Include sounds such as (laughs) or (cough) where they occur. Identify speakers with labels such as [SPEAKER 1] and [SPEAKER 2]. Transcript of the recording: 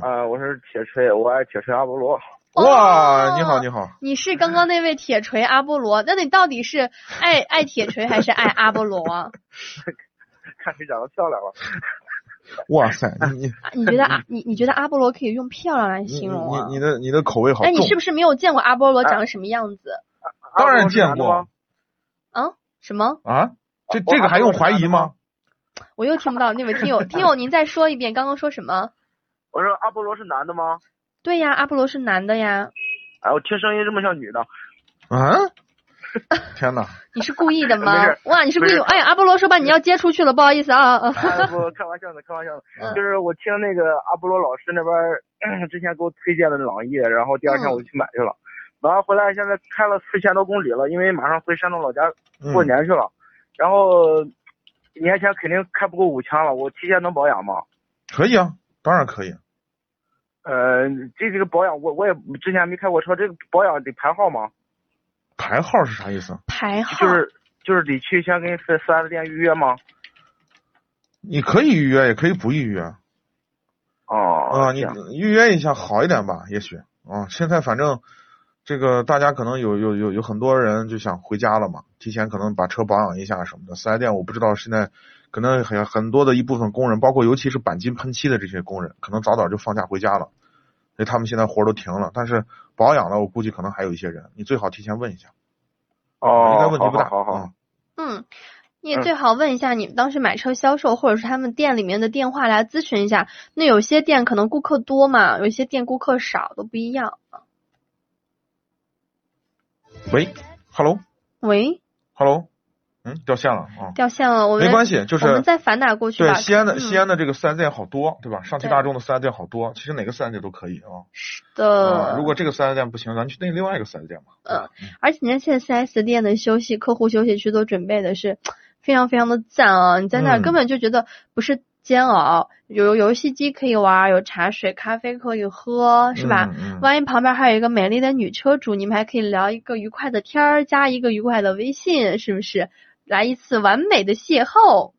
[SPEAKER 1] 呃，我是铁锤，我爱铁锤阿波罗。
[SPEAKER 2] 哦
[SPEAKER 3] 哇，你好，你好，
[SPEAKER 2] 你是刚刚那位铁锤阿波罗，那你到底是爱爱铁锤还是爱阿波罗啊？
[SPEAKER 1] 看谁长得漂亮了。
[SPEAKER 3] 哇塞，你
[SPEAKER 2] 啊你觉得
[SPEAKER 3] (laughs)
[SPEAKER 2] 啊，你你觉得阿波罗可以用漂亮来
[SPEAKER 3] 你你
[SPEAKER 2] 形容啊
[SPEAKER 3] 你？你的你的口味好
[SPEAKER 2] 哎，
[SPEAKER 3] 重，
[SPEAKER 2] 你是不是没有见过阿波罗
[SPEAKER 1] 啊
[SPEAKER 2] 长什么样子？
[SPEAKER 3] 当
[SPEAKER 1] 阿
[SPEAKER 3] 然
[SPEAKER 1] 波罗是
[SPEAKER 3] 见
[SPEAKER 1] 男的
[SPEAKER 3] 过
[SPEAKER 1] 吗
[SPEAKER 2] 啊？什么？
[SPEAKER 3] 啊？这
[SPEAKER 1] 我
[SPEAKER 3] 这个还用怀疑吗？
[SPEAKER 2] 我又听不到那
[SPEAKER 1] (laughs)
[SPEAKER 2] 位听友，听友您再说一遍，刚刚说什么？
[SPEAKER 1] 我说阿波罗是男的吗？
[SPEAKER 2] 对呀，阿波罗是男的呀，
[SPEAKER 1] 哎，我听声音这么像女
[SPEAKER 3] (laughs)
[SPEAKER 1] 的。
[SPEAKER 3] 啊？
[SPEAKER 2] (laughs)
[SPEAKER 3] 天哪！
[SPEAKER 2] 你是故意的
[SPEAKER 1] 没
[SPEAKER 2] 吗
[SPEAKER 1] 事？
[SPEAKER 2] 哇，你是故意
[SPEAKER 1] 没事？
[SPEAKER 2] 哎呀，阿波罗说把你要接出去了，不好意思啊啊。啊
[SPEAKER 1] 哎，不，开玩笑的，开玩笑的。
[SPEAKER 3] 嗯
[SPEAKER 1] 就是我听那个阿波罗老师那边儿 (coughs) 之前给我推荐的朗逸，然后第二天
[SPEAKER 2] 嗯
[SPEAKER 1] 我就去买去了。完了回来，现在开了四千多公里了，因为马上回山东老家
[SPEAKER 3] 嗯
[SPEAKER 1] 过年去了。然后年前肯定开不过五千了，我提前能保养吗？
[SPEAKER 3] 可以啊，当然可以。
[SPEAKER 1] 呃，这这个保养我我也之前没开过车，这个保养得排号吗？
[SPEAKER 3] 排号是啥意思？
[SPEAKER 2] 排
[SPEAKER 3] (laughs)
[SPEAKER 2] 号
[SPEAKER 1] 就是就是得去先跟四四 S 店预约吗？
[SPEAKER 3] 你可以预约，也可以不预约啊、
[SPEAKER 1] 哦，
[SPEAKER 3] 你
[SPEAKER 1] 这样
[SPEAKER 3] 预约一下好一点吧，也许啊、现在反正这个大家可能有有有有很多人就想回家了嘛，提前可能把车保养一下什么的。四 S 店我不知道现在可能很很多的一部分工人，包括尤其是钣金喷漆的这些工人，可能早早就放假回家了，所以他们现在活儿都停了。但是保养的我估计可能还有一些人，你最好提前问一下，
[SPEAKER 1] 哦，
[SPEAKER 3] 应该问题不大。
[SPEAKER 1] 好好好
[SPEAKER 3] 嗯
[SPEAKER 1] 好，
[SPEAKER 2] 嗯，
[SPEAKER 1] 嗯
[SPEAKER 2] 你也最好问一下你们当时买车销售或者是他们店里面的电话来咨询一下。那有些店可能顾客多嘛，有些店顾客少，都不一样。
[SPEAKER 3] 喂，hello
[SPEAKER 2] 喂，
[SPEAKER 3] hello，嗯，掉线了啊。
[SPEAKER 2] 掉线了，我们
[SPEAKER 3] 没关系，就是
[SPEAKER 2] 我们再反打过去吧
[SPEAKER 3] 对，西安的
[SPEAKER 2] 嗯
[SPEAKER 3] 西安的这个四 S 店好多，对吧？上汽
[SPEAKER 2] 对
[SPEAKER 3] 大众的四 S 店好多，其实哪个四 S 店都可以啊。
[SPEAKER 2] 是
[SPEAKER 3] 啊
[SPEAKER 2] 的，
[SPEAKER 3] 如果这个四 S 店不行，咱去那另外一个四 S 店嘛。
[SPEAKER 2] 而且人家现在 4S 店的休息客户休息区都准备的是非常非常的赞啊！你在那儿
[SPEAKER 3] 嗯
[SPEAKER 2] 根本就觉得不是煎熬，有游戏机可以玩，有茶水、咖啡可以喝，是吧？
[SPEAKER 3] 嗯嗯。
[SPEAKER 2] 万一旁边还有一个美丽的女车主，你们还可以聊一个愉快的天儿，加一个愉快的微信，是不是？来一次完美的邂逅。